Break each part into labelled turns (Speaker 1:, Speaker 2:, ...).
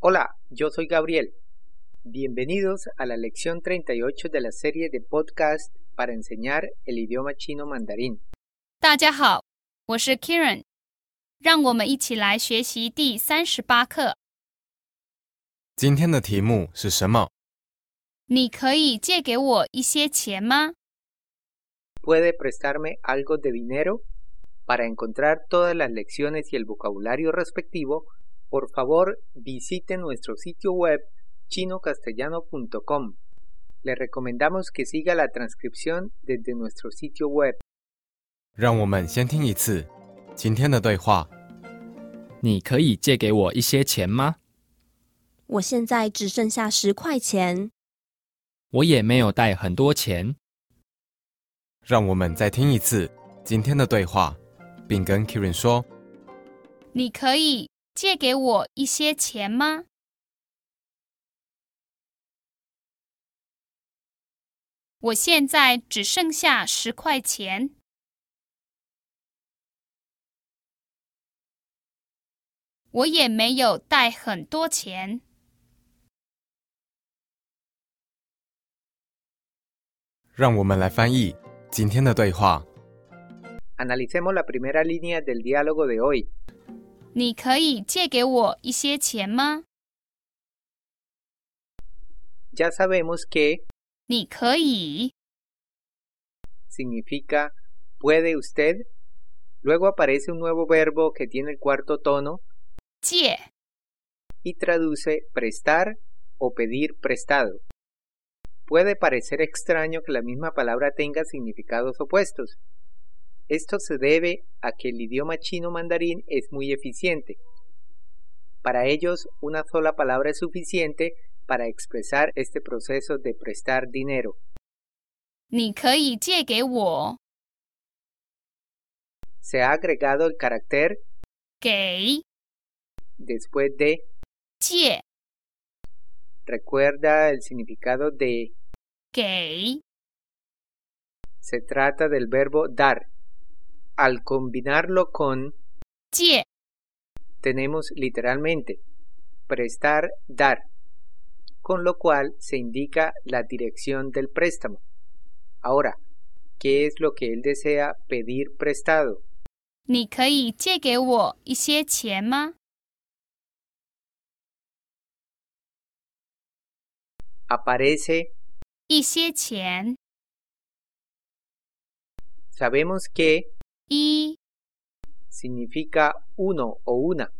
Speaker 1: Hola, yo soy Gabriel. Bienvenidos a la lección 38 de la serie de podcast para enseñar el idioma chino mandarín.
Speaker 2: 大家好，我是 Kieran，让我们一起来学习第三十八课。
Speaker 3: 今天的题目是什么？
Speaker 2: 你可以借给我一些钱吗？
Speaker 1: ¿Puede prestarme algo de dinero? Para encontrar todas las lecciones y el vocabulario respectivo, por favor visite nuestro sitio web chinocastellano.com. Le recomendamos que siga la transcripción desde nuestro sitio web.
Speaker 3: 让我们先听一次今天的对话。
Speaker 4: 你可以借给我一些钱吗？
Speaker 5: 我现在只剩下十块钱，
Speaker 4: 我也没有带很多钱。
Speaker 3: 让我们再听一次今天的对话，并跟 Kirin 说。
Speaker 2: 你可以借给我一些钱吗？我现在只剩下十块钱，我也没有带很多钱。
Speaker 3: 让我们来翻译今天的对话。
Speaker 1: Analicemos la primera línea del diálogo de hoy.
Speaker 2: 你可以借给我一些钱吗？
Speaker 1: Ya sabemos que
Speaker 2: 你可以，
Speaker 1: significa puede usted. Luego aparece un nuevo verbo que tiene el cuarto tono
Speaker 2: 借
Speaker 1: y traduce prestar o pedir prestado. Puede parecer extraño que la misma palabra tenga significados opuestos. Esto se debe a que el idioma chino mandarín es muy eficiente. Para ellos, una sola palabra es suficiente para expresar este proceso de prestar dinero.
Speaker 2: 你可以借给我，
Speaker 1: Se ha agregado el carácter
Speaker 2: 给
Speaker 1: después de
Speaker 2: 借
Speaker 1: recuerda el significado de
Speaker 2: 给。
Speaker 1: se trata del verbo dar. Al combinarlo con
Speaker 2: 借
Speaker 1: tenemos literalmente prestar dar, con lo cual se indica la dirección del préstamo. Ahora, ¿qué es lo que él desea pedir prestado?
Speaker 2: 你可以借给我一些钱吗？
Speaker 1: Aparece
Speaker 2: 一些钱，
Speaker 1: sabemos que
Speaker 2: 一
Speaker 1: significa uno o una.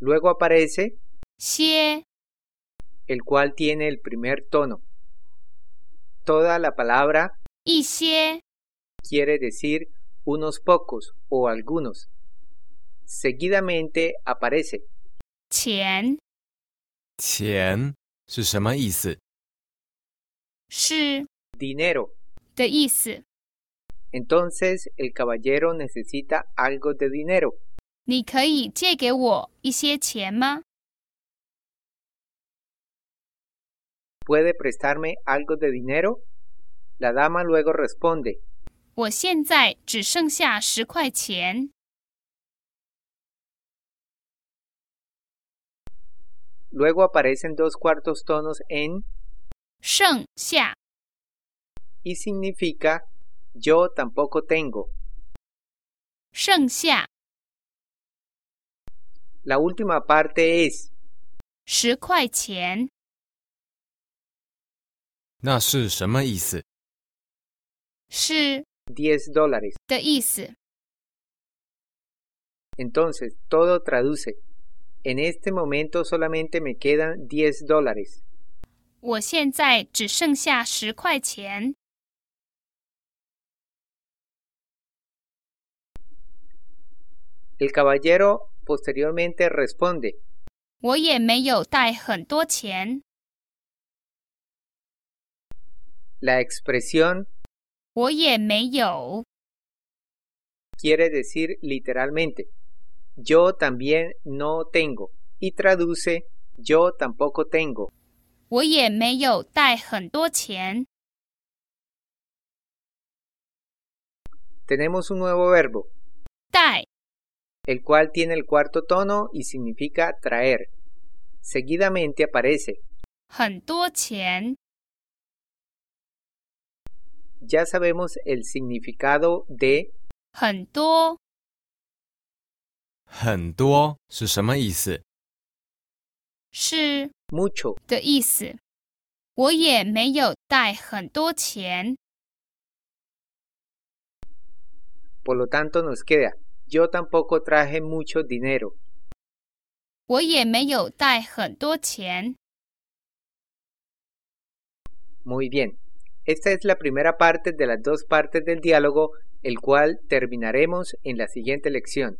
Speaker 1: Luego aparece
Speaker 2: 些
Speaker 1: el cual tiene el primer tono. Toda la palabra
Speaker 2: 一些
Speaker 1: quiere decir unos pocos o algunos. Seguidamente aparece
Speaker 2: 钱
Speaker 3: 钱是什么意思？
Speaker 2: 是
Speaker 1: dinero.
Speaker 2: 的意思。
Speaker 1: Entonces el caballero necesita algo de dinero.
Speaker 2: 你可以借给我一些钱吗？
Speaker 1: ¿Puede prestarme algo de dinero? La dama luego responde.
Speaker 2: 我现在只剩下十块钱，
Speaker 1: Luego aparecen dos cuartos tonos en
Speaker 2: 剩下
Speaker 1: y significa yo tampoco tengo.
Speaker 2: 剩下
Speaker 1: La última parte es
Speaker 2: 十块钱，
Speaker 3: 那是什么意思？
Speaker 2: 是
Speaker 1: 10 dólares.
Speaker 2: 的意思。
Speaker 1: Entonces todo traduce. En este momento solamente me quedan 10 dólares.
Speaker 2: 我现在只剩下十块钱，
Speaker 1: El caballero posteriormente responde.
Speaker 2: 我也没有带很多钱，
Speaker 1: La expresión
Speaker 2: 我也没有。
Speaker 1: quiere decir literalmente yo también no tengo y traduce yo tampoco tengo.
Speaker 2: 我也没有带很多钱，
Speaker 1: Tenemos un nuevo verbo,
Speaker 2: 带
Speaker 1: el cual tiene el cuarto tono y significa traer. Seguidamente aparece
Speaker 2: 很多钱。
Speaker 1: ya sabemos el significado de
Speaker 2: 很多
Speaker 3: 很多是什么意思？
Speaker 2: 是
Speaker 1: mucho
Speaker 2: 的意思。我也没有带很多钱，
Speaker 1: Por lo tanto, nos queda, yo tampoco traje mucho dinero.
Speaker 2: 我也没有带很多钱。
Speaker 1: Muy bien. Esta es la primera parte de las dos partes del diálogo, el cual terminaremos en la siguiente lección.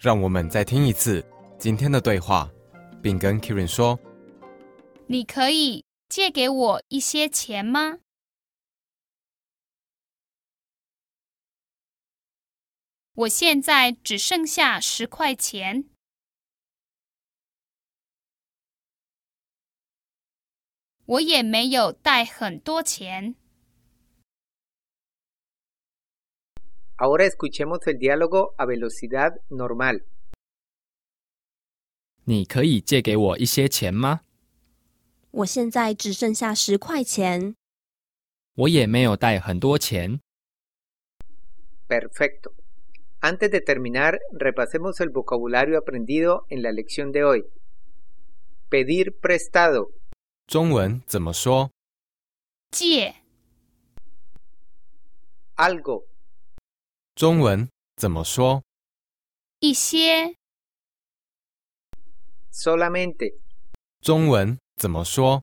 Speaker 3: 让我们再听一次今天的对话，并跟 Kirin 说
Speaker 2: 你可以借给我一些钱吗？我现在只剩下十块钱，我也没有带很多钱。
Speaker 1: Ahora escuchemos el diálogo a velocidad normal.
Speaker 4: 你可以借给我一些钱吗？
Speaker 5: 我现在只剩下十块钱。
Speaker 4: 我也没有带很多钱。
Speaker 1: Perfecto. Antes de terminar, repasemos el vocabulario aprendido en la lección de hoy. Pedir prestado,
Speaker 3: 中文怎么说？
Speaker 2: 借
Speaker 1: algo,
Speaker 3: 中文怎么说？
Speaker 2: 一些
Speaker 1: solamente,
Speaker 3: 中文怎么说？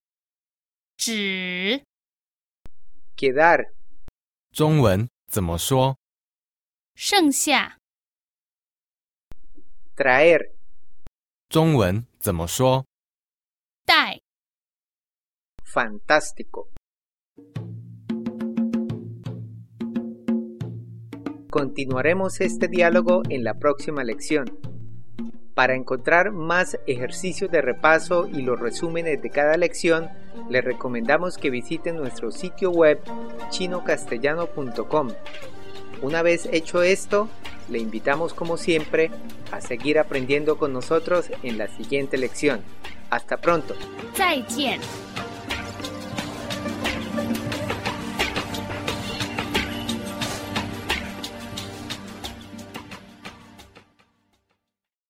Speaker 2: 纸
Speaker 1: quedar,
Speaker 3: 中文怎么说？
Speaker 2: 剩下
Speaker 1: traer,
Speaker 3: 中文怎么说？
Speaker 2: 带。
Speaker 1: fantástico. Continuaremos este diálogo en la próxima lección. Para encontrar más ejercicios de repaso y los resúmenes de cada lección, les recomendamos que visiten nuestro sitio web chinocastellano.com. Una vez hecho esto, le invitamos como siempre a seguir aprendiendo con nosotros en la siguiente lección. Hasta pronto.
Speaker 2: 再见。